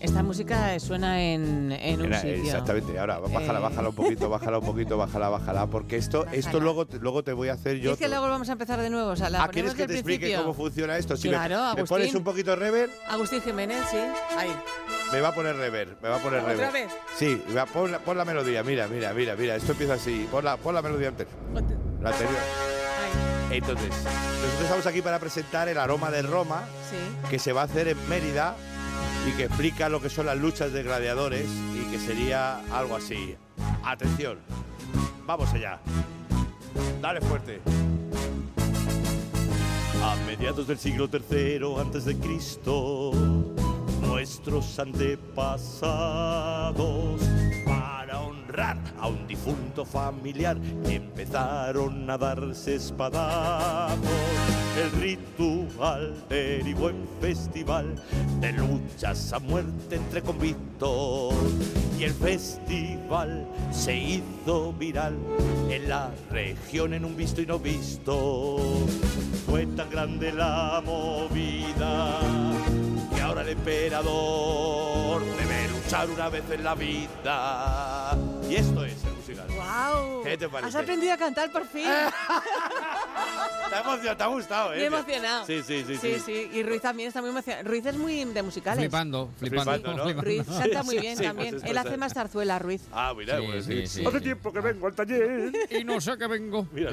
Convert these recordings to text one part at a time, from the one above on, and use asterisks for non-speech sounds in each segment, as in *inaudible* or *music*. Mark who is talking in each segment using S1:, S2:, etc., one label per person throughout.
S1: Esta música suena en, en un
S2: Era-
S1: sitio.
S2: Exactamente, ahora bájala,
S1: Eh.
S2: bájala
S1: *laughs*
S2: un poquito, bájala un poquito, bájala, bájala, porque esto, esto
S1: Bájala.
S2: luego, te- luego te voy a hacer yo.
S1: es que
S2: otro.
S1: luego vamos a empezar de nuevo. O sea, la
S2: ah, ¿quieres
S1: ponemos del
S2: que te explique
S1: principio.
S2: cómo funciona esto? Si me-
S1: Claro,
S2: me,
S1: Agustín.
S2: pones un poquito de reverb,
S1: Agustín Jiménez, sí. Ahí.
S2: me va a poner reverb, me va a poner
S1: ¿Otra
S2: reverb.
S1: vez?
S2: Sí, va, pon, la, pon la melodía, mira, mira, mira, mira, esto empieza así, pon la, pon la melodía antes, la anterior.
S1: Ahí.
S2: Entonces, nosotros estamos aquí para presentar el aroma de Roma,
S1: Sí.
S2: que se va a hacer en Mérida y que explica lo que son las luchas de gladiadores y que sería algo así. Atención, vamos allá. Dale fuerte.
S3: A mediados del siglo III antes de Cristo, nuestros antepasados para honrar a un difunto familiar empezaron a darse espadazos. El ritual derivó en festival de luchas a muerte entre convictos y el festival se hizo viral en la región en un visto y no visto. Fue tan grande la movida que ahora el emperador debe luchar una vez en la vida. Y esto es el musical.
S1: ¡Wow!
S2: ¿Qué te parece?
S1: Has aprendido a cantar por fin.
S2: *laughs* Te ha, emocionado, te ha gustado, ¿eh?
S1: Me he emocionado.
S2: Sí, sí, sí,
S1: Sí,
S2: sí.
S1: sí. Y Ruiz también está muy emocionado. Ruiz es muy de musicales.
S4: Flipando, flipando.
S2: Flipando, ¿no?
S4: flipando. *laughs*
S1: Ruiz canta muy
S2: Sí,
S1: bien
S2: sí,
S1: también.
S2: pues es
S1: Él hace
S2: verdad.
S1: más zarzuela, Ruiz.
S2: Ah, mira,
S4: Sí,
S2: bueno,
S4: sí, sí,
S2: Hace
S4: sí.
S2: tiempo que vengo al taller.
S4: Y no sé qué vengo.
S2: Mira,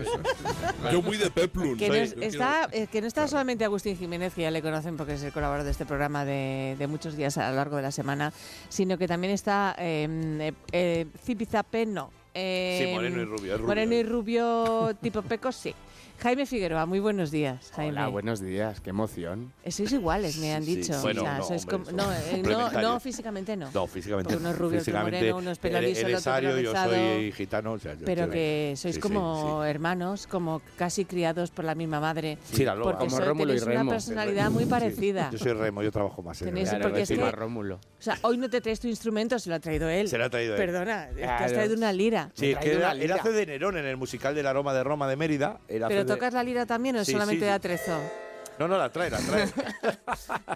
S5: *laughs* Yo muy de Peplum.
S1: Que no,
S5: ¿sabes?
S1: es-
S5: Yo
S1: está, eh, que no está solamente Agustín Jiménez, que ya le conocen porque es el colaborador de este programa de, de muchos días a lo largo de la semana, sino que también está eh, eh, eh, Zipizape, no. Eh,
S2: Sí, Moreno y Rubio, es rubio.
S1: Moreno y Rubio, tipo Pecos, sí. Jaime Figueroa, muy buenos días, Jaime.
S6: Hola, buenos días, qué emoción.
S1: Eh, Sois iguales, me han
S2: Sí, sí,
S1: dicho.
S2: sí. Bueno,
S1: O sea,
S2: no,
S1: sois
S2: hombre,
S1: com-
S2: son
S1: no, eh, no,
S2: complementarios.
S1: no, físicamente no.
S2: No, físicamente.
S1: Porque uno es rubio, otro moreno, uno es peladizo, el
S2: eres
S1: otro
S2: ario, yo soy
S1: trabezado.
S2: gitano. o sea, yo
S1: Pero
S2: soy-
S1: que sois
S2: sí, sí,
S1: como hermanos, como casi criados por la misma madre.
S2: Sí, la loba.
S1: Porque
S6: Como
S1: so-
S6: Rómulo y
S1: tenéis una
S6: Remo.
S1: personalidad muy
S2: Sí,
S1: parecida.
S2: Yo soy remo, yo trabajo más. en el
S1: Tenéis-
S2: verano.
S1: porque es
S6: encima
S1: que-
S6: Rómulo.
S1: O sea, hoy no te traes tu instrumento, se lo ha traído él.
S2: Se lo ha traído él.
S1: Perdona, te has
S6: Claro.
S1: traído una lira.
S2: Sí, es que
S6: traído
S2: él,
S6: una
S2: él
S6: lira.
S2: hace de Nerón en el musical del aroma de Roma de Mérida. Él hace
S1: ¿Pero
S2: de-
S1: tocas la lira también o
S2: Sí,
S1: solamente
S2: sí, sí.
S1: atrezo?
S2: No, no, la trae,
S1: *laughs*
S2: la trae.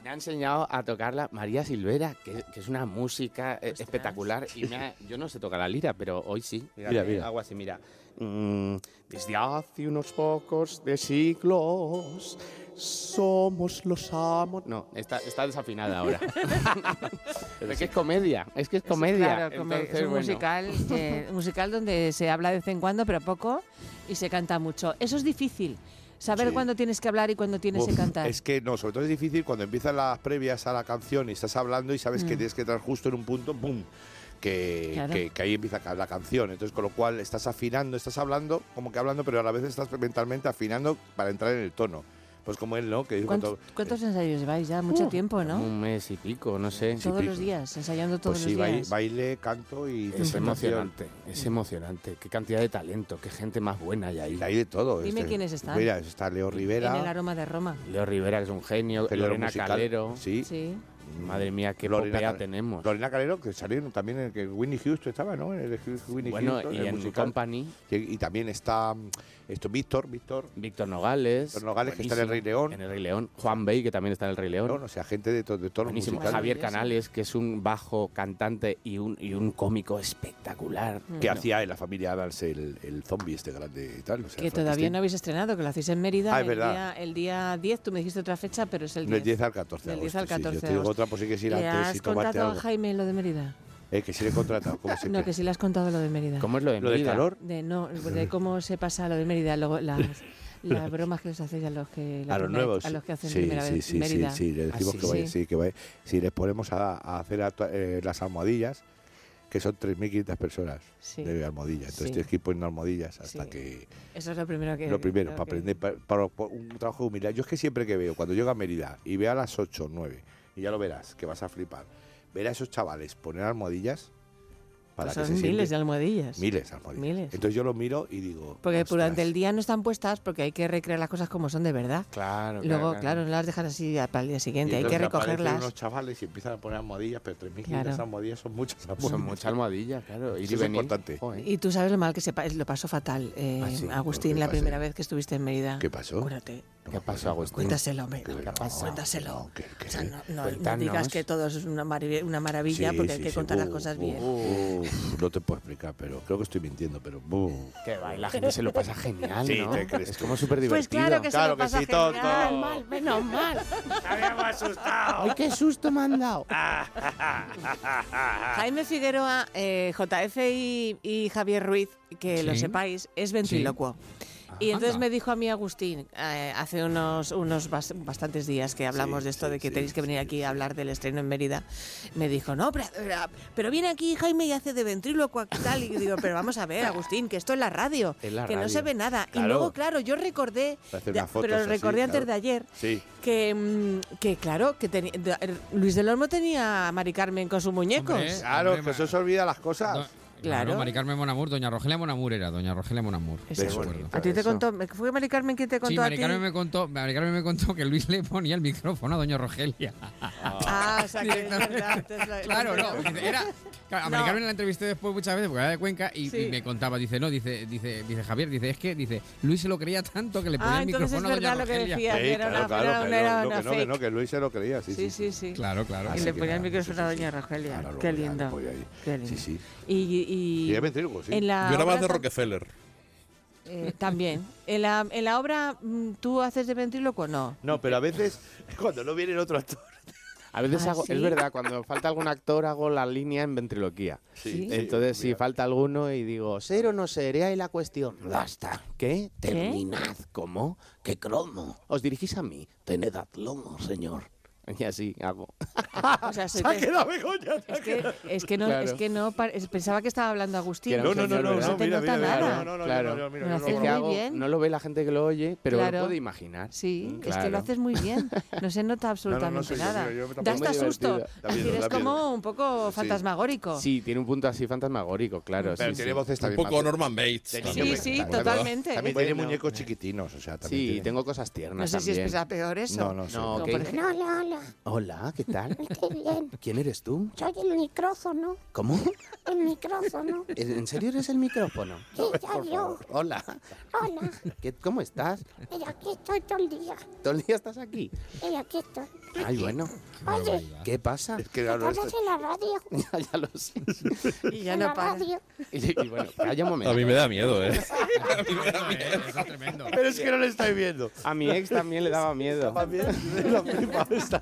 S6: Me ha enseñado a tocarla María Silvera, que, que es una música eh, espectacular. Y me ha- yo no sé tocar la lira, pero hoy sí.
S2: Mira, mira.
S6: Hago así, mira. Mm, desde hace unos pocos de siglos somos los amos. No, está, está
S1: *laughs*
S6: desafinada ahora. es que es comedia, es que es comedia.
S1: Claro, come-
S6: Entonces,
S1: es un
S6: bueno.
S1: musical,
S2: *laughs*
S1: que- un musical donde se habla de vez en cuando, pero poco, y se canta mucho. Eso es difícil, saber
S2: Sí.
S1: cuándo tienes que hablar y cuándo tienes que
S2: Uf,
S1: cantar.
S2: Es que no, sobre todo es difícil cuando empiezan las previas a la canción y estás hablando y sabes que tienes que entrar justo en un punto, ¡pum! Que,
S1: Mm. Claro.
S2: que- que ahí empieza ca- la canción. Entonces, con lo cual estás afinando, estás hablando, como que hablando, pero a la vez estás mentalmente afinando para entrar en el tono. Pues como él, ¿no? Que dice
S1: ¿Cuántos,
S2: cuando- eh,
S1: cuántos ensayos lleváis ya? Mucho tiempo, ¿no?
S6: Un mes y pico, no sé.
S1: todos
S2: pico.
S1: los días, ensayando todos
S2: Pues sí,
S1: los
S2: bai-
S1: días.
S2: baile, canto y
S6: Es
S2: presentación.
S6: emocionante, es emocionante. Qué cantidad de talento, qué gente más buena hay ahí.
S2: Y hay de todo. este,
S1: Dime quiénes están.
S2: Mira, está Leo Rivera.
S1: En el aroma de Roma.
S6: Leo Rivera, que es un genio,
S2: Pelero
S6: Lorena
S2: musical.
S6: Calero.
S2: Sí.
S1: Sí.
S6: Madre mía, qué
S2: Lorena
S6: popea
S2: Cal-
S6: tenemos.
S2: Lorena Calero, que salió también en el que Winnie Houston estaba, ¿no? En el Winnie
S6: bueno,
S2: Houston,
S6: y
S2: el
S6: en
S2: musical.
S6: Company,
S2: Y, y también está mm, esto, Víctor, Víctor.
S6: Víctor Nogales.
S2: Víctor Nogales, que está en el
S6: buenísimo,
S2: Rey León.
S6: En el Rey León. Juan Bey, que también está en el Rey León.
S2: No, no, o sea, gente de, to- de todos los
S6: Buenísimo.
S2: musicales.
S6: Javier
S1: Maravilloso.
S6: Canales, que es un bajo cantante y un, y un cómico espectacular.
S1: Mm.
S2: Que hacía en la familia Adams el, el zombie este grande y tal. o sea,
S1: Que todavía
S2: Frankenstein.
S1: no habéis estrenado, que lo hacéis en Mérida
S2: Ah, es
S1: el,
S2: verdad.
S1: día, el día 10. Tú me dijiste otra fecha, pero es el 10.
S2: Del 10 al 14 de
S1: Del 10 al
S2: agosto, sí.
S1: 14
S2: Yo
S1: de
S2: te digo
S1: agosto.
S2: otra, por si quieres ir
S1: ¿Le
S2: antes
S1: has
S2: y tomarte
S1: contado a
S2: algo.
S1: Jaime lo de Mérida?
S2: Eh, que sí le he contratado, como siempre.
S1: No, que sí le has contado lo de Mérida.
S6: ¿Cómo es lo de
S2: Lo del
S6: Mérida?
S2: calor,
S1: De, no, de cómo se pasa lo de Mérida, luego las, las bromas que les hacéis a los que, la
S2: a los
S1: primera-
S2: nuevos.
S1: a los que hacen
S2: sí,
S1: primera
S2: sí,
S1: vez
S2: sí, sí,
S1: Mérida. Ah,
S2: sí, le decimos
S6: sí?
S2: que vaya,
S1: Sí.
S2: sí, que vaya. Si les ponemos a, a hacer actua- eh, las almohadillas, que son 3.500 personas
S1: Sí.
S2: de almohadillas. Entonces
S1: Sí.
S2: tienes que ir poniendo almohadillas hasta
S1: Sí.
S2: que...
S1: Eso es lo primero que.
S2: Lo primero,
S1: creo
S2: para
S1: que-
S2: aprender, pa- para, por un trabajo de humildad. Yo es que siempre que veo, cuando llego a Mérida y veo a las 8 o 9, y ya lo verás, que vas a flipar, ver a esos chavales poner almohadillas,
S7: Para
S1: Pues
S7: que
S1: son
S7: se
S1: miles de
S7: sienten-
S1: almohadillas.
S7: Miles de almohadillas.
S1: Miles.
S7: Entonces yo lo miro y digo.
S1: Porque
S7: "Ostras".
S1: durante el día no están puestas porque hay que recrear las cosas como son de verdad.
S7: Claro,
S1: Luego, claro, no las dejas así a- para el día
S7: Y
S1: siguiente, hay que
S7: entonces aparecen
S1: recogerlas.
S7: unos chavales y empiezan a poner almohadillas, pero 3.500
S1: Claro.
S7: almohadillas son muchas almohadillas.
S6: Son mucha almohadilla, claro. Ir
S7: Eso
S6: y
S7: es
S6: venir.
S7: importante.
S6: Joder.
S1: Y tú sabes lo mal que se pa- lo pasó fatal, eh,
S7: Ah, sí,
S1: Agustín,
S7: ¿qué
S1: la
S7: pasó?
S1: primera vez que estuviste en Mérida.
S7: ¿Qué pasó?
S1: Cúrate.
S6: ¿Qué pasó, Agustín?
S1: Cuéntaselo, hombre.
S7: ¿Qué
S1: no,
S7: pasó?
S1: Cuéntaselo.
S7: No, que- que-
S1: O sea, no, no- no
S6: cuéntanos.
S1: digas que todo es una, marav- una maravilla
S7: Sí,
S1: porque hay
S7: sí, uh,
S1: que
S7: sí,
S1: contar las
S7: buh,
S1: cosas
S7: buh,
S1: bien.
S7: buh. no te puedo explicar, pero creo que estoy mintiendo, pero. buh.
S6: Que va, y la gente se lo pasa genial,
S7: Sí,
S6: ¿no?
S7: te crees.
S6: Es como súper
S1: Pues
S6: divertido.
S1: claro que se
S7: Claro
S1: lo
S7: que
S1: pasa
S7: sí,
S1: genial.
S7: tonto.
S1: Mal, menos mal.
S7: *laughs* habíamos asustado!
S6: ¡Ay, qué susto me han dado!
S1: Ah. Jaime Figueroa, eh, JF y, y Javier Ruiz, que lo
S4: Sí.
S1: sepáis, es ventrilocuo. Y entonces
S4: Anda.
S1: me dijo a mí Agustín, eh, hace unos, unos bas- bastantes días que hablamos
S7: Sí,
S1: de esto,
S7: sí,
S1: de que
S7: sí,
S1: tenéis que venir
S7: sí,
S1: aquí a hablar del estreno en Mérida, me dijo, no, pero, pero- pero viene aquí Jaime y hace de ventrílocuo y tal. Y digo, pero vamos a ver, Agustín, que esto es la
S7: *laughs*
S1: radio,
S6: Es la
S1: que no
S6: radio.
S1: se ve nada. Y
S7: Claro.
S1: luego, claro, yo recordé,
S7: Hacer
S1: de-
S7: unas fotos
S1: pero lo
S7: así,
S1: recordé antes
S7: claro.
S1: de ayer,
S7: Sí.
S1: que, mm, que claro, que teni- de- er, Luis del Olmo tenía a Mari Carmen con sus muñecos.
S4: Hombre,
S7: Claro,
S4: hombre,
S7: que eso
S4: ma-
S7: se olvida las
S4: Do-
S7: cosas.
S1: Claro.
S4: Claro, Mari Carmen Monamur, doña Rogelia Monamur era, doña Rogelia Monamur.
S1: Eso
S4: me
S1: es
S4: acuerdo.
S1: A ti te
S6: Eso.
S1: contó, fue Mari Carmen quien te contó
S4: Sí,
S1: a
S4: Mari
S1: ti.
S4: Carmen, me contó, Mari Carmen me contó que Luis le ponía el micrófono a
S1: *laughs*
S4: doña Rogelia.
S1: Ah, o
S4: *laughs*
S1: sea que es
S4: Directamente.
S1: verdad. entonces la-
S4: Claro, no. Era, claro, a Mari
S1: No.
S4: Carmen la entrevisté después muchas veces porque era de Cuenca y,
S1: Sí.
S4: y me contaba, dice, no, dice, dice, dice Javier, dice, es que dice, Luis se lo creía tanto que le ponía
S1: Ah,
S4: el
S1: entonces es
S4: micrófono a doña
S1: verdad lo que
S4: Rogelia.
S1: decías,
S7: Sí,
S1: que era una,
S7: claro,
S1: era
S7: claro,
S1: una-
S7: pero
S1: era una
S7: no, que no, que
S1: fake.
S7: no, que Luis se lo creía, sí, sí.
S1: sí, sí, sí.
S4: Claro, claro.
S1: Y
S7: Así
S1: le
S7: que
S1: ponía el
S7: nada,
S1: micrófono
S7: sí,
S1: a
S7: sí,
S1: doña
S7: sí.
S1: Rogelia.
S7: Claro,
S1: Qué
S7: voy ahí,
S1: lindo.
S7: voy ahí.
S1: Qué lindo.
S7: Sí, sí.
S1: Y, y-
S7: Y es ventrílocuo, sí.
S1: en la
S5: Yo era más de
S1: obra
S5: Rockefeller.
S1: tam- eh, también. En la, en la obra, mm, ¿tú haces de ventríloco o no?
S7: No, pero a veces, cuando no viene el otro actor.
S6: A veces
S1: ¿Ah,
S6: hago,
S1: sí?
S6: es verdad, cuando falta algún actor hago la línea en ventriloquía.
S1: Sí.
S7: Eh.
S6: Entonces, si falta alguno y digo, ser o no seré, ahí la cuestión. Basta. ¿Qué?
S1: Terminad.
S6: ¿Cómo? ¿Qué cromo? Os dirigís a mí. Tened ad lomo, señor. Y así hago.
S1: Pues O sea,
S6: *laughs*
S1: soy-
S7: ¡Se ha *laughs* quedado Begoña! se ha
S1: es, que, es que no,
S6: Claro.
S1: es que no pa- es- pensaba que estaba hablando Agustín.
S6: Que
S7: No, no, no,
S6: señor,
S7: no,
S6: ¿verdad?
S7: no,
S1: No te
S7: mira,
S1: nota
S7: mira, mira,
S1: nada.
S7: no, no, no,
S6: Claro.
S7: yo no, mira,
S1: Me
S7: yo
S1: haces
S7: no,
S6: Que
S1: muy
S7: no.
S6: hago-
S1: bien.
S6: No lo ve la gente que lo oye, pero
S1: Claro.
S6: lo puede imaginar.
S1: Sí, es que
S6: Claro.
S1: lo haces muy bien. No se nota
S7: No, no, no
S1: absolutamente
S7: soy yo,
S1: nada.
S7: mira, yo me tampoco-
S1: da
S6: Muy
S1: hasta susto.
S6: divertido.
S7: Da
S1: Es
S7: miedo,
S1: decir, es
S7: da miedo.
S1: como un poco
S7: Sí.
S1: fantasmagórico.
S6: Sí, tiene un punto así fantasmagórico, claro.
S7: Pero
S6: sí,
S7: tiene
S6: sí.
S7: voces
S5: Un
S7: también.
S5: poco
S7: más-
S5: Norman Bates.
S7: Sí,
S5: también.
S1: sí,
S5: Claro.
S1: totalmente.
S7: También
S6: Bueno.
S7: tiene muñecos chiquitinos, o sea, también.
S6: Sí,
S7: tiene-
S6: tengo cosas tiernas
S1: No sé si
S6: también.
S1: es peor eso.
S7: No, no, sí.
S6: No,
S1: Como
S6: ok.
S1: por ejemplo-
S8: Hola, hola.
S6: Hola, ¿qué tal?
S8: Qué bien.
S6: ¿Quién eres tú?
S8: Soy el micrófono.
S6: ¿Cómo?
S8: El micrófono.
S6: ¿En serio eres el micrófono?
S8: Sí, ya yo.
S6: Hola,
S8: Hola.
S6: ¿Qué- ¿cómo estás?
S8: Y aquí estoy todo el día.
S6: ¿Todo el día estás aquí?
S8: Y aquí estoy.
S6: Ay, bueno.
S8: Oye,
S5: *laughs*
S6: ¿Qué pasa?
S7: Es que claro,
S8: ¿estamos
S7: esto-
S8: en la radio?
S6: ya, ya lo sé.
S1: Y ya
S8: en
S1: no
S8: la
S1: para.
S8: radio.
S6: Y, y bueno, calla un
S5: A
S6: momento.
S5: mí me da miedo, ¿eh?
S4: Eso es tremendo.
S7: Pero es que no le estáis viendo.
S6: A mi ex también le daba miedo.
S7: También la *laughs* flipa esta.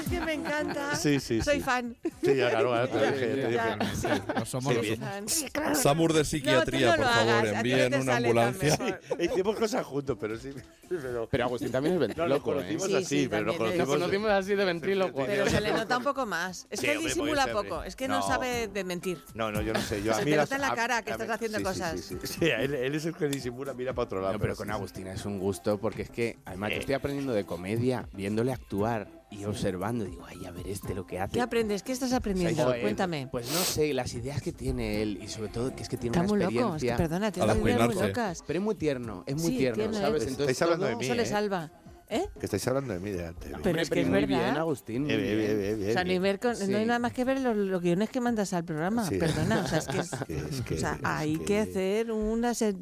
S1: Es que me encanta.
S7: *laughs* Sí, sí,
S1: Soy
S7: sí. *laughs*
S1: fan. *laughs*
S7: Sí, ya, claro, ya te
S4: Sí,
S7: dije, te
S4: sí,
S7: dije.
S4: realmente. Lo somos,
S7: Sí,
S4: lo
S7: bien.
S4: somos.
S1: Fan.
S5: Samur de
S1: No,
S5: psiquiatría,
S1: tú no
S5: por
S1: lo
S5: favor,
S1: hagas, a ti no
S5: envíen
S1: te
S5: una
S1: sale tan
S5: ambulancia.
S1: mejor.
S7: *laughs* Hicimos cosas juntos, pero sí. *laughs* Pero,
S6: Pero Agustín también es
S7: no, nos
S6: ventríloco, ¿eh?
S7: conocimos
S1: Sí,
S7: así,
S1: sí,
S7: pero nos
S1: también, ¿eh?
S7: conocimos.
S1: nos
S6: así de
S7: ventríloco.
S1: Pero se le nota un poco más. Es
S7: Sí,
S1: que él
S7: hombre,
S1: disimula
S7: porque se
S1: poco.
S7: ríe.
S1: Es que no
S7: No.
S1: sabe de mentir.
S7: No, no, yo no sé. Yo, a
S1: Se
S7: mí
S1: te
S7: las-
S1: nota en la
S7: a-
S1: cara que
S7: a
S1: estás
S7: mí-
S1: haciendo
S7: sí, sí,
S1: cosas.
S7: Sí, sí, sí. Él, él es el que disimula, mira para otro lado.
S6: No, pero
S7: sí,
S6: con
S7: sí.
S6: Agustina es un gusto porque es que, además, yo estoy aprendiendo de comedia, viéndole actuar y observando. Digo, ay, a ver este lo que hace.
S1: ¿Qué aprendes? ¿Qué estás aprendiendo?
S6: Joder,
S1: Cuéntame.
S6: Pues no sé, las ideas que tiene él y sobre todo que es que tiene
S1: Está
S6: una
S1: muy loco. Es
S6: experiencia.
S1: que, perdona, tiene
S5: Al
S1: unas ideas muy
S5: arruinarse.
S1: locas.
S6: Pero es muy tierno, es muy
S1: Sí,
S6: tierno,
S1: tierno,
S6: ¿sabes?
S1: ¿eh?
S6: Entonces
S7: Estáis hablando
S6: todo-
S7: de mí,
S1: Eso le
S7: ¿eh?
S1: salva. ¿Eh?
S7: Que estáis hablando de mí de antes.
S1: Pero
S6: Hombre,
S1: es que es
S6: muy
S1: verdad.
S6: bien, Agustín. muy
S7: Eh, eh,
S6: bien.
S7: eh, eh, eh,
S1: O sea, no hay, ver con-
S6: Sí.
S1: no hay nada más que ver los, los guiones que mandas al programa.
S7: Sí.
S1: Perdona, o sea, es
S7: *laughs*
S1: que, es-
S7: que- es que-
S1: o sea,
S7: es
S1: hay que,
S7: que-
S1: hacer una se-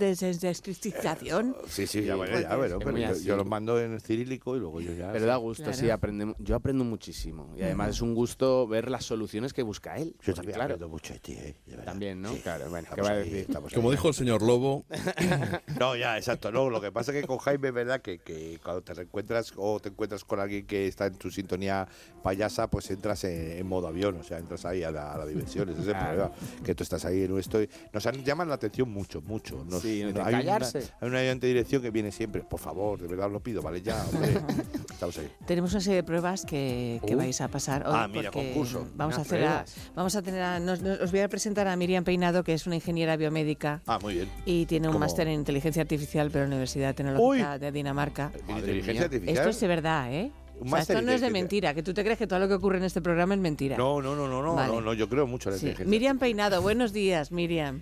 S1: desdescriptización.
S7: Sí, sí, ya,
S1: Pues,
S7: bueno, ya,
S6: porque
S7: bueno,
S6: es
S7: pero
S6: muy
S7: yo,
S6: así.
S7: yo los mando en cirílico y luego yo ya.
S6: Pero da gusto,
S1: Claro.
S6: sí, aprendemos. Yo aprendo muchísimo. Y además es un gusto ver las soluciones que busca él.
S7: Yo
S6: porque,
S7: también
S6: claro,
S7: aprendo mucho de ti, ¿eh? De verdad.
S6: también, ¿no?
S7: Sí.
S6: Claro, bueno, ¿qué
S7: Estamos
S6: va a
S7: ahí,
S6: decir?
S7: estamos
S5: Como
S7: ahí.
S5: dijo el señor Lobo,
S7: No, ya, *laughs* exacto. No, lo que pasa es que con Jaime es verdad que, que cuando te encuentras o te encuentras con alguien que está en tu sintonía payasa, pues entras en, en modo avión, o sea, entras ahí a la, a la diversión. Ese es el
S6: Claro.
S7: problema. Que tú estás ahí en esto. y Nos han, llaman la atención mucho, mucho. Nos-
S6: Sí, de
S7: hay, una,
S6: callarse.
S7: hay una ayudante de dirección que viene siempre. Por favor, de verdad lo pido, ¿vale? Ya,
S6: *laughs*
S7: hombre. Estamos ahí.
S1: Tenemos una serie de pruebas que, que
S7: Uh.
S1: vais a pasar hoy.
S7: Ah, mira,
S1: porque
S7: concurso.
S1: Vamos a
S6: Unas
S1: hacer a-
S6: pruebas.
S1: vamos a tener a- nos- nos- os voy a presentar a Miriam Peinado, que es una ingeniera biomédica
S7: Ah, muy bien.
S1: y tiene un
S7: ¿Cómo?
S1: máster en inteligencia artificial por la Universidad Tecnológica de Dinamarca.
S7: Inteligencia
S6: mía.
S7: artificial.
S1: Esto es de verdad, ¿eh?
S7: Un
S1: O sea, esto
S7: máster
S1: no es de
S7: inteligencia.
S1: mentira, que tú te crees que todo lo que ocurre en este programa es mentira.
S7: No, no, no, no, no,
S1: Vale.
S7: no, no, yo creo mucho en la
S1: Sí.
S7: inteligencia.
S1: Miriam Peinado, buenos días, Miriam.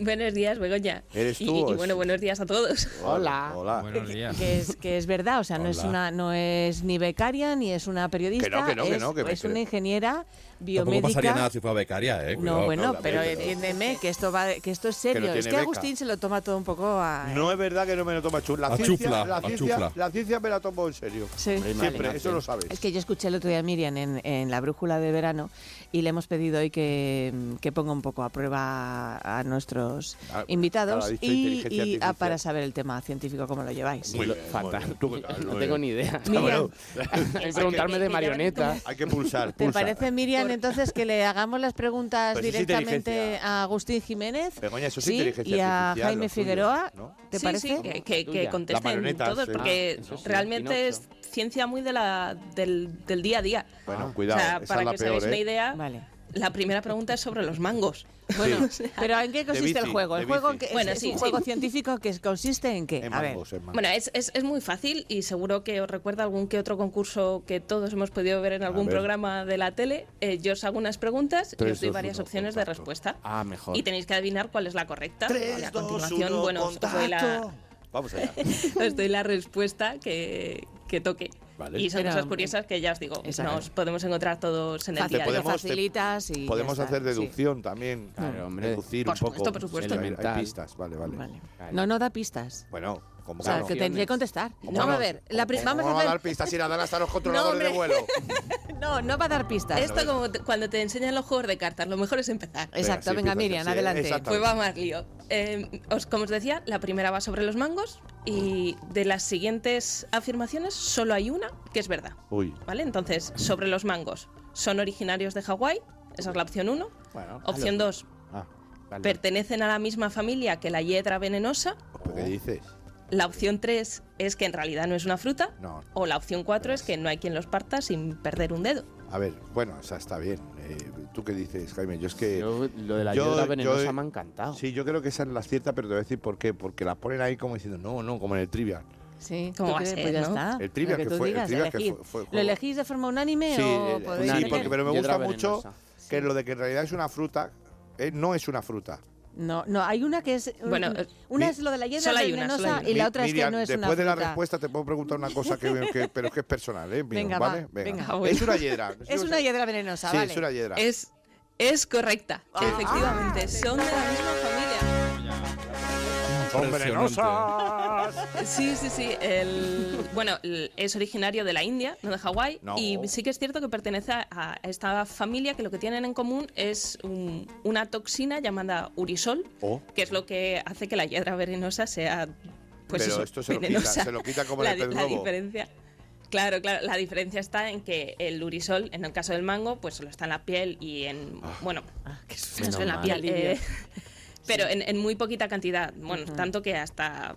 S9: Buenos días, Begoña.
S7: ¿Eres
S9: Y-
S7: tú
S9: y-
S7: o
S9: y
S7: es-
S9: bueno, buenos días a todos.
S6: Hola.
S7: Hola.
S4: Buenos días.
S1: Que es, que es verdad, o sea, no es,
S7: Hola.
S1: una, no es ni becaria ni es una periodista,
S7: Que no, que no, que no, que
S1: es,
S7: me
S1: es una
S7: creo.
S1: ingeniera
S5: Tampoco
S1: biomédica.
S5: pasaría nada si fuera becaria, ¿eh?
S1: no,
S5: Cuidado.
S1: bueno,
S7: la
S1: pero
S7: verdad.
S1: entiéndeme que esto va, de- que esto es serio.
S7: tiene
S1: es que
S7: beca.
S1: Agustín se lo toma todo un poco a.
S7: No es verdad que no me lo toma chula. La
S5: A
S7: ciencia,
S5: chufla,
S7: la,
S5: a
S7: ciencia,
S5: chufla.
S7: la ciencia me la tomo en serio.
S1: Sí.
S7: Siempre, eso lo sabes.
S1: Es que yo escuché el otro día a Miriam en, en la brújula de verano y le hemos pedido hoy que, que ponga un poco a prueba a nuestros
S7: Ah, bueno,
S1: invitados
S7: claro, ha dicho
S1: y,
S7: inteligencia
S1: y, ah,
S7: artificial.
S1: para saber el tema científico, cómo lo lleváis.
S7: Muy
S6: Lo-
S7: bien,
S6: *laughs* fatal.
S7: bueno, tú eh, qué tal,
S6: no
S7: muy
S6: tengo
S7: bien.
S6: ni idea.
S1: Miriam,
S6: *laughs* Hay que preguntarme de marioneta.
S7: Hay que
S1: *laughs*
S7: pulsar,
S1: ¿te
S7: pulsa.
S1: parece, Miriam, entonces que le hagamos las preguntas
S7: Pues es
S1: directamente
S7: inteligencia.
S1: a Agustín Jiménez
S7: Begoña, eso es
S1: sí,
S7: inteligencia
S1: y a
S7: artificial,
S1: Jaime
S7: lo suyo,
S1: Figueroa?
S7: ¿no?
S1: ¿Te
S9: sí,
S1: parece?
S9: sí, que, que- que
S6: Tuya.
S7: La
S9: contesten
S7: marioneta,
S9: todos,
S7: sí.
S9: porque
S6: Ah, eso sí,
S9: realmente es
S6: Pinocho.
S9: ciencia muy de la, del, del día a día.
S7: Bueno, cuidado,
S9: o sea,
S7: esa
S9: para
S7: es la
S9: que os
S7: peor,
S9: hagáis
S7: ¿eh?
S9: una idea,
S1: Vale.
S9: la primera pregunta es sobre los mangos.
S1: Bueno,
S7: Sí.
S1: pero ¿en qué consiste el
S7: bici,
S1: juego?
S7: de
S1: ¿El juego
S7: bici.
S1: que es,
S9: Bueno,
S1: es
S9: sí,
S1: un
S9: sí.
S1: juego científico que es- consiste en qué?
S7: En
S1: a ver.
S7: mangos, en mangos.
S9: Bueno, es, es, es muy fácil y seguro que os recuerda algún que otro concurso que todos hemos podido ver en algún
S7: ver.
S9: programa de la tele. Eh, yo os hago unas preguntas y
S7: Tres,
S9: os doy
S7: dos,
S9: varias
S7: uno,
S9: opciones de
S7: contacto.
S9: respuesta.
S6: Ah, mejor.
S9: Y tenéis que adivinar cuál es la correcta.
S2: Tres,
S9: y a
S2: dos,
S9: continuación,
S2: uno,
S9: bueno, os doy, la,
S7: Vamos allá.
S9: *laughs* os doy la respuesta que, que toque.
S7: Vale.
S9: Y son
S1: Pero,
S9: cosas curiosas que ya os digo,
S1: exacto.
S9: nos podemos encontrar todos en el
S1: Fácil,
S9: día a
S7: Te
S9: día.
S1: lo
S7: podemos- te-
S1: facilitas y ya
S7: Podemos
S1: está,
S7: hacer
S1: sí.
S7: deducción también. eh,
S6: Claro, hombre.
S7: Deducir
S9: Por
S7: un poco.
S9: supuesto, por supuesto.
S7: Hay- hay
S6: Elemental.
S7: pistas, vale, vale.
S1: Vale.
S6: Claro.
S1: No, no da pistas.
S7: Bueno, como
S1: O sea,
S7: no.
S1: que tendría que contestar.
S7: Como
S1: No,
S7: no,
S1: a ver, la pri-
S7: ¿Cómo
S1: vamos
S7: no
S1: a
S7: va a dar
S1: hacer...
S7: pistas y la dan hasta los controladores de vuelo.
S1: No, no va a dar pistas.
S9: Esto como te- cuando te enseñan los juegos de cartas, lo mejor es empezar.
S1: Exacto,
S7: sí,
S1: venga,
S7: empieza,
S1: Miriam,
S7: sí,
S1: adelante.
S7: exacto.
S9: Pues va más lío. Eh, os- como os decía, la primera va sobre los mangos y de las siguientes afirmaciones solo hay una que es verdad.
S7: Uy,
S9: ¿Vale? Entonces, sobre los mangos. ¿Son originarios de Hawái? Esa es la opción 1.
S6: Bueno,
S9: Opción 2.
S7: ah,
S9: ¿Pertenecen a la misma familia que la hiedra venenosa?
S7: ¿pero ¿qué dices?
S9: La opción 3 es que en realidad no es una fruta.
S7: No.
S9: O la opción 4 es que no hay quien los parta sin perder un dedo.
S7: A ver, bueno, o sea, está bien. Eh, ¿Tú qué dices, Jaime? Yo es que.
S6: Yo- lo de la
S7: yo-
S6: ayuda
S7: yo-
S6: venenosa me ha encantado.
S7: Sí, yo creo que esa es la cierta, pero te voy a decir por qué. Porque la ponen ahí como diciendo, no, no, como en el trivia.
S1: Sí,
S9: ¿Cómo
S1: ¿tú
S9: va a
S1: crees?
S9: ser,
S1: pues ya
S9: no?
S1: está.
S7: El trivia
S1: Lo
S7: que
S1: tú
S7: fue- el
S1: digas,
S7: trivia que
S1: elegid.
S7: fue- fue el
S1: ¿Lo
S7: juego.
S1: elegís de forma unánime
S7: Sí,
S1: o
S7: eh,
S1: podéis
S7: sí,
S6: elegir?
S7: porque pero me
S6: Hiedra
S7: gusta mucho
S6: venenosa.
S7: que lo de que en realidad es una fruta, eh, no es una fruta.
S1: No, no, hay una que es...
S9: Bueno,
S1: un-
S9: eh,
S1: una
S7: mi-
S1: es lo de la hiedra
S9: solo hay una, solo
S1: venenosa
S9: hay una.
S1: y la
S7: Mi-
S1: otra es que
S7: Miriam,
S1: no es una
S7: Después de la
S1: fruta.
S7: respuesta te puedo preguntar una cosa, que, que- pero es que es personal, ¿eh? Mío,
S1: Venga, va,
S7: ¿vale?
S1: venga,
S9: bueno.
S7: Es una hiedra.
S1: *laughs* Es una hiedra venenosa,
S7: Sí,
S1: vale.
S7: es una hiedra.
S9: Es, es correcta. Ah. Efectivamente, son de la misma familia.
S7: ¡Son venenosas!
S9: Sí, sí, sí. el- bueno, el- es originario de la India, no de Hawái.
S7: No.
S9: Y sí que es cierto que pertenece a- a esta familia que lo que tienen en común es un- una toxina llamada urisol,
S7: Oh.
S9: que es lo que hace que la hiedra venenosa sea. Pues
S7: Pero
S9: eso,
S7: esto se lo quita,
S9: venenosa.
S7: se lo quita como
S9: *laughs* la,
S7: el
S9: di-
S7: pez
S9: la
S7: globo.
S9: diferencia. Claro, claro, la diferencia está en que el urisol, en el caso del mango, pues solo está en la piel y en.
S7: Ah,
S9: Bueno,
S6: Menos
S9: Eso en la
S6: mal.
S9: piel.
S1: Alivio.
S9: eh, *laughs* pero en, en muy poquita cantidad. Bueno, tanto que hasta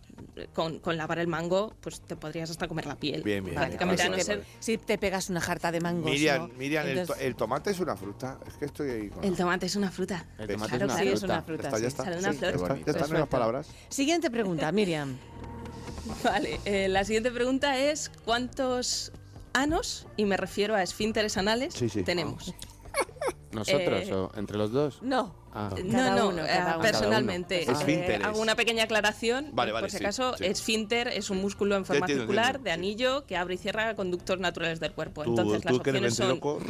S9: con, con lavar el mango, pues te podrías hasta comer la piel.
S7: Bien, bien,
S9: Prácticamente,
S7: bien,
S9: a no
S7: vale,
S9: ser.
S7: vale.
S1: Si te pegas una jarta de mangos,
S7: Miriam,
S1: ¿no?
S7: Miriam el, to-
S1: Entonces-
S7: el tomate es una fruta. Es que estoy ahí con...
S9: El tomate es una fruta.
S6: El
S7: Ves,
S6: tomate
S1: Claro,
S6: es una
S1: sí, es
S6: fruta.
S1: una
S7: Ya
S1: fruta.
S7: está, ya
S1: sí.
S7: está.
S9: Sale una
S7: Sí,
S9: flor.
S7: ya está, ya están nuevas palabras.
S1: Siguiente pregunta, Miriam.
S9: Vale, eh, la siguiente pregunta es: ¿cuántos anos, y me refiero a esfínteres anales,
S7: Sí, sí.
S9: tenemos?
S6: ¿Nosotros
S9: Eh,
S6: o entre los dos?
S1: No.
S6: Ah.
S1: Cada
S9: *laughs* No, no,
S1: uno,
S9: eh,
S1: cada uno.
S9: personalmente.
S7: Cada uno.
S9: eh,
S7: Esfínteres.
S9: hago una pequeña aclaración.
S7: Vale,
S9: eh,
S7: vale,
S9: por si
S7: sí,
S9: acaso,
S7: sí.
S9: esfínter es un músculo en forma
S7: entiendo,
S9: circular
S7: entiendo,
S9: de
S7: sí.
S9: anillo que abre y cierra conductos naturales del cuerpo.
S7: Tú,
S9: Entonces, las
S7: tú que
S9: opciones
S7: eres *laughs*
S9: son.
S7: loco. *laughs*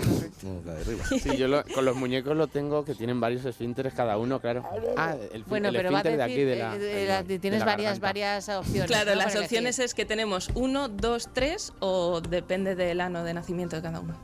S6: Sí, yo lo- con los muñecos lo tengo que tienen varios esfínteres cada uno, claro. Ah, el, fi-
S1: Bueno,
S6: el
S1: pero va a
S6: esfínter
S1: decir,
S6: de aquí, de la.
S1: eh,
S6: de
S1: de
S6: la-
S1: la-
S6: de
S1: tienes
S6: la
S1: varias,
S6: garganta.
S1: varias opciones.
S9: Claro,
S1: ¿no?
S9: las
S1: para
S9: opciones
S1: elegir.
S9: es que tenemos uno, dos, tres o depende del ano de nacimiento de
S7: *laughs*
S9: cada uno.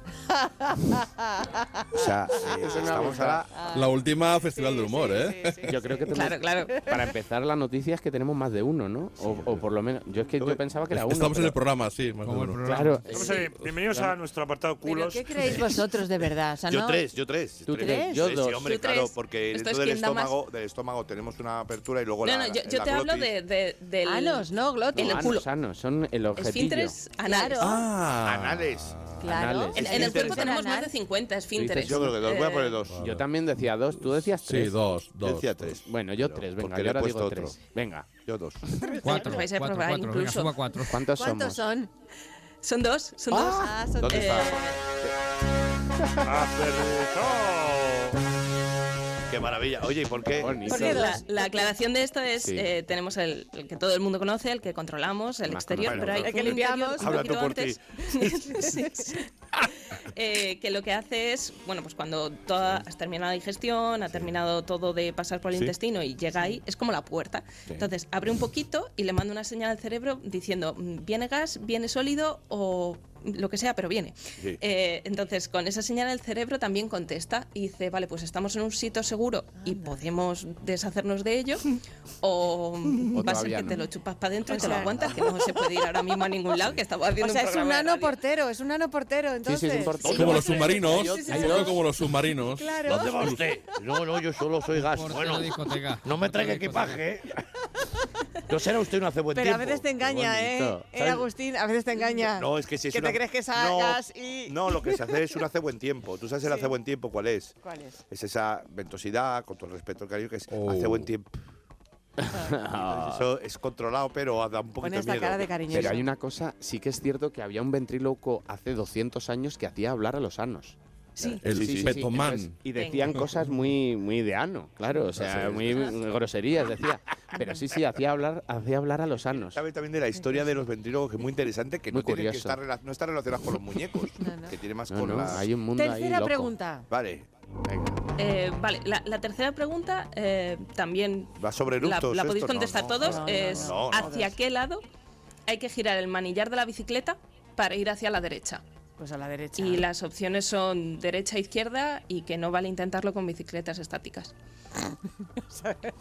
S7: O sea, eh, estamos ahora
S5: La última Festival del Humor, ¿eh?
S6: Yo creo que tenemos.
S9: Claro, claro.
S6: Para empezar, la noticia es que tenemos más de uno, ¿no? O, o por lo menos. Yo es que yo pensaba que era uno.
S5: Estamos en el
S6: pero-
S5: programa, sí, más
S4: Como
S5: o
S4: el
S5: menos.
S4: programa.
S6: Claro.
S2: Vamos
S6: eh,
S2: a ver, bienvenidos a nuestro apartado
S1: ¿Pero
S2: culos.
S1: qué creéis vosotros de verdad? O sea,
S7: Yo
S1: no-
S7: tres, yo tres.
S6: Tú
S7: tres.
S6: tres, yo
S7: Sí,
S6: dos.
S7: Sí, hombre,
S9: Tú
S7: claro,
S9: tres.
S7: porque
S9: Esto
S7: dentro
S9: es
S7: del
S9: quien da más.
S7: estómago, del estómago tenemos una apertura y luego
S9: No,
S7: la.
S9: no, yo,
S7: la-
S9: yo
S7: la
S9: te hablo
S7: glotis.
S9: de, de- del.
S1: Anos, no glotis.
S9: en el
S6: no,
S9: culo.
S6: sanos, son el objetillo.
S9: Esfínteres anales.
S1: Claro,
S5: Ah,
S7: Anales.
S1: claro.
S6: anales.
S9: En, en el cuerpo
S7: Esfínteres
S9: tenemos
S1: anal.
S9: más de 50 esfínteres.
S7: Yo creo que dos. Voy a poner dos.
S6: Yo también decía dos, tú decías
S5: sí,
S6: tres.
S5: dos,
S7: Yo
S5: dos.
S7: decía tres.
S6: Bueno, yo
S7: Pero,
S6: tres,
S7: porque
S6: venga,
S7: le
S6: yo
S7: he
S6: ahora digo
S7: puesto
S6: tres.
S7: otro.
S6: Venga,
S7: Yo dos.
S4: Cuatro,
S9: Vais a
S4: cuatro,
S9: probar
S4: cuatro. Venga,
S9: incluso.
S4: suba cuatro.
S6: ¿cuántos
S9: ¿Cuántos
S6: somos?
S9: son? Eh, Son dos, son
S1: Ah, son
S7: ¿Dónde
S9: Eh,
S7: está? ¡Acertó! ¡Qué maravilla! Oye, ¿y por qué?
S9: dos. Porque la, la aclaración de esto es,
S6: Sí.
S9: eh, tenemos el, el que todo el mundo conoce, el que controlamos, el
S6: Más
S9: exterior,
S7: conocido.
S9: pero hay
S7: Bueno,
S1: el que
S9: un interior
S1: limpiamos.
S9: un
S7: Habla
S9: poquito
S7: tú por ti.
S9: antes. *laughs* Sí, sí. Eh, que lo que hace es, bueno, pues cuando toda, has terminado la digestión, ha terminado todo de pasar por el
S7: Sí.
S9: intestino y llega ahí, es como la puerta. Entonces abre un poquito y le manda una señal al cerebro diciendo, mm, viene gas, viene sólido o lo que sea, pero viene.
S7: Sí.
S9: Eh, entonces, con esa señal el cerebro también contesta y dice, vale, pues estamos en un sitio seguro y podemos deshacernos de ello o, va a ser
S6: todavía
S9: que
S6: no.
S9: te lo chupas para adentro y
S1: O
S9: te lo
S1: sea-
S9: aguantas, que no se puede ir ahora mismo a ningún lado, que estamos
S1: O
S9: haciendo
S1: sea, es un
S9: programa de
S1: nano
S9: radio.
S1: portero, es un nano portero,
S6: Sí,
S1: entonces.
S6: sí, es un portero.
S5: Como los submarinos.
S6: Sí, sí, sí.
S5: un poco como los submarinos.
S1: Claro.
S2: ¿Dónde va usted? No, no, yo solo soy gas.
S4: Portero
S2: Bueno,
S4: de discoteca.
S2: no me traiga
S4: Portero
S2: equipaje.
S4: de
S2: No será usted un hace buen
S1: Pero a
S2: tiempo.
S1: veces te engaña,
S6: Qué
S1: ¿eh?
S6: bonito.
S1: Eh,
S6: ¿Sabes?
S1: Agustín, a veces te engaña.
S7: No, es que si es
S1: Que te
S7: una-
S1: crees que
S7: No,
S1: salgas y.
S7: *laughs* No, lo que se hace es un hace buen tiempo. ¿Tú sabes el hace buen tiempo cuál es?
S1: ¿Cuál es?
S7: Es esa ventosidad, con todo el respeto al cariño, que es
S5: Oh.
S7: hace buen
S1: *laughs*
S2: *laughs*
S7: tiempo. Eso es controlado, pero da un poquito
S1: Pon
S7: de
S1: esta
S7: miedo.
S1: cara de cariñoso.
S6: Pero hay una cosa, sí que es cierto que había un ventríloco hace 200 años que hacía hablar a los anos.
S9: Sí.
S5: El
S7: Sí, sí, sí.
S5: Petoman.
S6: Entonces, y decían cosas muy, muy de ano, claro, o sea, muy groserías, decía. Pero sí, sí, hacía hablar, hacía hablar a los anos.
S7: Sabe también de la historia de los ventrílogos, que es muy interesante, que,
S6: Muy
S7: no, tiene que
S6: curioso.
S7: estar rela- no está relacionada con los muñecos, que tiene más
S6: No,
S7: con
S6: Ah, no,
S7: las...
S6: hay un mundo ahí
S1: Tercera
S6: loco.
S1: pregunta.
S7: Vale,
S6: Venga.
S9: Eh, vale, la, la tercera pregunta eh, también
S7: va sobre
S9: la,
S7: eructos.
S9: la podéis
S7: esto, ¿no?
S9: contestar
S7: No,
S9: todos. Eh,
S7: no,
S9: es
S7: no, no.
S9: hacia qué lado hay que girar el manillar de la bicicleta para ir hacia la derecha.
S1: Pues a la derecha.
S9: Y las opciones son derecha, e izquierda y que no vale intentarlo con bicicletas estáticas.
S6: Esto
S1: Pero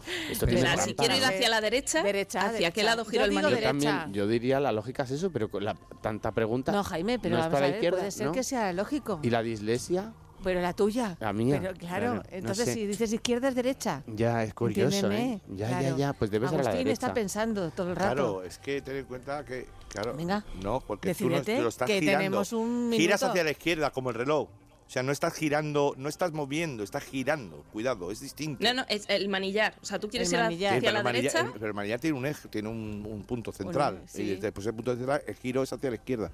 S6: tiene
S9: Claro,
S6: trampa,
S9: si quiero ir
S6: ¿no?
S9: hacia la derecha,
S1: Derecha,
S9: ¿hacia
S1: derecha.
S9: qué lado giro
S1: Yo
S9: el
S1: digo
S6: yo
S9: manillar?
S1: derecha.
S6: también, yo diría la lógica es eso, pero con la, tanta pregunta.
S1: No, Jaime, pero
S6: no es
S1: vamos
S6: para
S1: a
S6: la
S1: ver,
S6: izquierda,
S1: puede ser
S6: ¿no?
S1: que sea lógico.
S6: ¿Y la dislexia?
S1: Pero la tuya.
S6: La mía,
S1: Pero claro,
S6: claro, no
S1: entonces
S6: sé.
S1: si dices izquierda es derecha.
S6: Ya, es curioso,
S1: Entiéndeme,
S6: ¿eh? Ya,
S1: claro.
S6: ya, ya, pues debe ser a la
S1: Agustín
S6: derecha.
S1: está pensando todo el rato.
S7: Claro, es que ten en cuenta que. Claro,
S1: Venga,
S7: no, porque tú no-
S1: decídete
S7: te lo estás
S1: que
S7: girando.
S1: tenemos un minuto.
S7: Giras hacia la izquierda como el reloj. O sea, no estás girando, no estás moviendo, estás girando. Cuidado, es distinto.
S9: No, no, es el manillar. O sea, tú quieres
S1: El
S9: ir a-
S1: manillar.
S7: Sí,
S9: hacia
S7: pero
S9: la
S7: el manillar-
S9: derecha.
S7: el- pero el manillar tiene un eje, tiene un, un punto central.
S1: Bueno, sí.
S7: Y después del punto central, el giro es hacia la izquierda.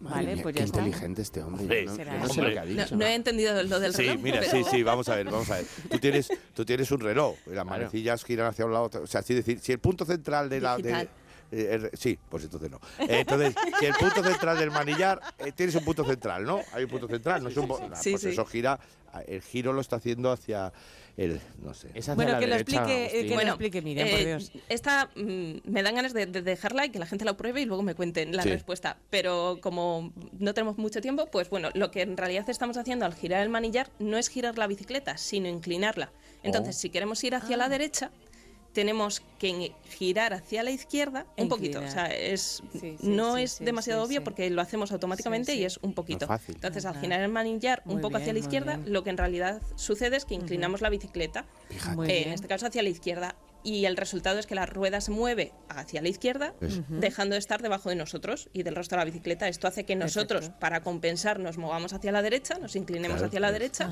S6: Madre
S1: Vale,
S6: mía,
S1: pues
S6: eh, qué
S1: ya está.
S6: inteligente este hombre. yo no,
S1: Será
S6: yo no sé
S7: hombre.
S6: lo que ha
S9: No,
S6: dicho.
S9: no he entendido lo del
S7: Sí,
S9: reloj.
S7: mira, sí,
S9: pero-
S7: sí, vamos a ver, vamos a ver. Tú tienes, tú tienes un reloj, y las manecillas giran hacia un lado, o sea, si decir, si el punto central de la de-
S9: Digital.
S7: eh, el- sí, pues entonces no. Eh, Entonces, si el punto central del manillar, eh, tienes un punto central, ¿no? Hay un punto central, no es un bo- nah,
S9: Sí,
S7: pues
S9: sí.
S7: eso gira, el giro lo está haciendo hacia el, no sé.
S6: Es hacia
S1: Bueno,
S6: la
S1: que lo
S6: derecha,
S1: explique, eh,
S6: Agustín.
S1: que lo explique, Miriam, por
S9: eh,
S1: Dios.
S9: Esta mm, me dan ganas de, de dejarla y que la gente la pruebe y luego me cuenten la
S7: Sí.
S9: respuesta. Pero como no tenemos mucho tiempo, pues bueno, lo que en realidad estamos haciendo al girar el manillar no es girar la bicicleta, sino inclinarla. Entonces, si queremos ir
S1: Ah.
S9: hacia la derecha, tenemos que en- girar hacia la izquierda un poquito. O sea,
S1: Inclinar.
S9: es,
S1: Sí, sí,
S9: no
S1: sí,
S9: es
S1: sí,
S9: demasiado
S1: sí,
S9: obvio
S1: sí.
S9: porque lo hacemos automáticamente
S1: Sí, sí.
S9: y es un poquito.
S6: Más fácil.
S9: Entonces, al
S1: Ajá.
S9: girar el manillar un
S1: Muy
S9: poco hacia
S1: bien,
S9: la
S1: muy
S9: izquierda,
S1: bien.
S9: lo que en realidad sucede es que inclinamos la bicicleta
S1: Muy
S9: eh,
S1: bien.
S9: en este caso hacia la izquierda. Y el resultado es que la rueda se mueve hacia la izquierda, dejando de estar debajo de nosotros y del resto de la bicicleta. Esto hace que nosotros, para compensar, nos movamos hacia la derecha, nos inclinemos hacia la derecha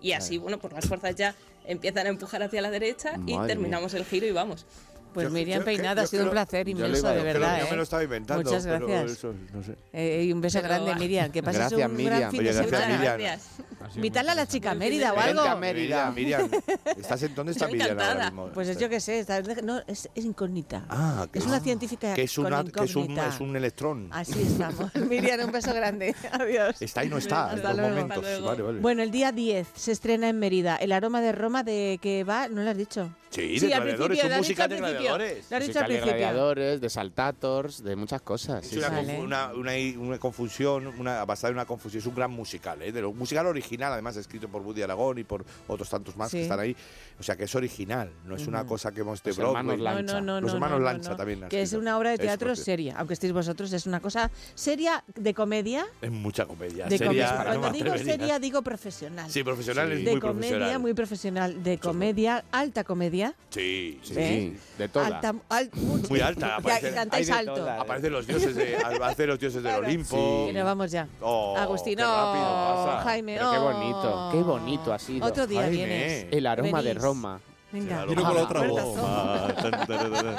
S9: y así, bueno, pues las fuerzas ya empiezan a empujar hacia la derecha y
S6: Madre
S9: terminamos el giro y vamos.
S1: Pues
S7: Yo-
S1: Miriam
S7: yo-
S1: Peinado
S7: yo
S1: ha sido un
S7: creo-
S1: placer
S7: yo le
S1: inmenso,
S7: iba a
S1: de
S7: decir,
S1: verdad.
S7: Yo me
S1: ¿eh?
S7: lo estaba inventando.
S1: Muchas
S7: pero
S1: gracias.
S7: eso, no sé.
S1: Eh, y un beso
S9: Pero-
S1: grande, Miriam. Que pases
S6: Gracias,
S1: un gran
S6: Miriam.
S1: fin
S7: Oye,
S1: de
S7: gracias,
S9: Muchas
S1: semana.
S7: Miriam.
S9: gracias.
S4: Ha
S1: Invitala a
S4: sido
S1: la
S4: muy interesante.
S1: chica Mérida o
S7: Vente
S1: algo.
S7: a Mérida, Miriam. ¿Estás en, ¿Dónde está
S9: Estoy
S7: Miriam ahora
S9: encantada.
S7: mismo?
S1: Pues yo qué sé, está- no, es, es incógnita.
S7: Ah, que
S1: es una científica
S7: que es,
S1: con
S7: una- que es un,
S1: incógnita. Ah,
S7: es un electrón.
S1: Así
S7: *laughs*
S1: estamos. Miriam, un beso grande. Adiós.
S7: Está y no está.
S1: Hasta
S7: en dos
S1: luego.
S7: momentos.
S9: Hasta luego.
S7: Vale, vale.
S1: Bueno, el día 10 se estrena en Mérida. El aroma de Roma de que va, no lo has dicho.
S7: sí,
S1: Sí,
S7: de
S1: al
S7: gladiadores,
S1: principio, lo has
S7: es
S1: dicho
S7: música
S1: al
S7: de
S1: principio.
S7: gladiadores.
S1: Lo has dicho al
S6: Musical de
S1: principio.
S6: gladiadores, de saltators, de muchas cosas.
S7: Es
S6: sí,
S7: una,
S6: sí.
S1: Vale.
S7: confu- una, una- una confusión, una, basada en una confusión. Es un gran musical, ¿eh? De lo, musical original, además, escrito por Woody Aragón y por otros tantos más
S1: Sí.
S7: que están ahí. O sea, que es original, no es una cosa que hemos de
S6: Los hermanos
S7: Broadway.
S6: Lanza.
S1: No, no, no,
S7: Los
S1: no,
S7: hermanos
S1: no,
S7: Lanza
S1: no.
S7: también han
S1: Que es
S7: sido.
S1: una obra de
S7: Es
S1: teatro
S7: propio.
S1: seria. Aunque estéis vosotros, es una cosa seria de comedia.
S7: Es mucha comedia.
S1: De
S7: seria,
S1: comedia.
S7: no
S1: Cuando
S7: me
S1: digo
S7: atrevería.
S1: seria, digo profesional.
S7: Sí, profesional es
S1: de
S7: muy
S1: comedia,
S7: profesional. pues.
S1: muy profesional. De comedia, alta comedia.
S7: Sí, sí.
S1: ¿Eh?
S6: Sí, de todas.
S1: Alta, al- mucho.
S7: Muy alta,
S1: Y-
S7: aparece-
S1: Y cantáis
S6: hay de
S1: alto.
S6: todas.
S7: Aparecen los
S1: *laughs*
S7: dioses de Albacete, los dioses del Olimpo.
S1: Pero vamos ya.
S7: Oh,
S1: Agustino,
S7: qué rápido pasa.
S1: Jaime,
S6: Pero qué
S1: oh.
S6: bonito, qué bonito ha sido.
S1: Otro día
S7: Jaime.
S1: vienes.
S6: El aroma de
S1: Venís.
S6: Roma.
S1: Venga.
S5: Vino con la otra
S1: Puertas
S5: voz.
S1: son-
S2: Ah, tan, tan, tan, tan.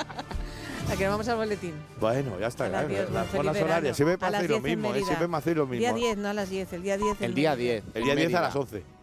S1: La que vamos al boletín.
S7: Bueno, ya está.
S1: A las
S7: claro,
S1: 10,
S7: las
S1: Felipe
S7: zonas
S1: Verano.
S7: horarias. Siempre me
S1: A las
S7: hacéis lo
S1: 10 en
S7: mismo, eh,
S1: Mérida.
S7: siempre me hacéis lo
S1: Día
S7: mismo.
S1: 10, no a las 10, el día 10. en
S6: El día
S1: Mérida.
S6: 10.
S7: El día 10 a
S6: Mérida.
S7: las 11.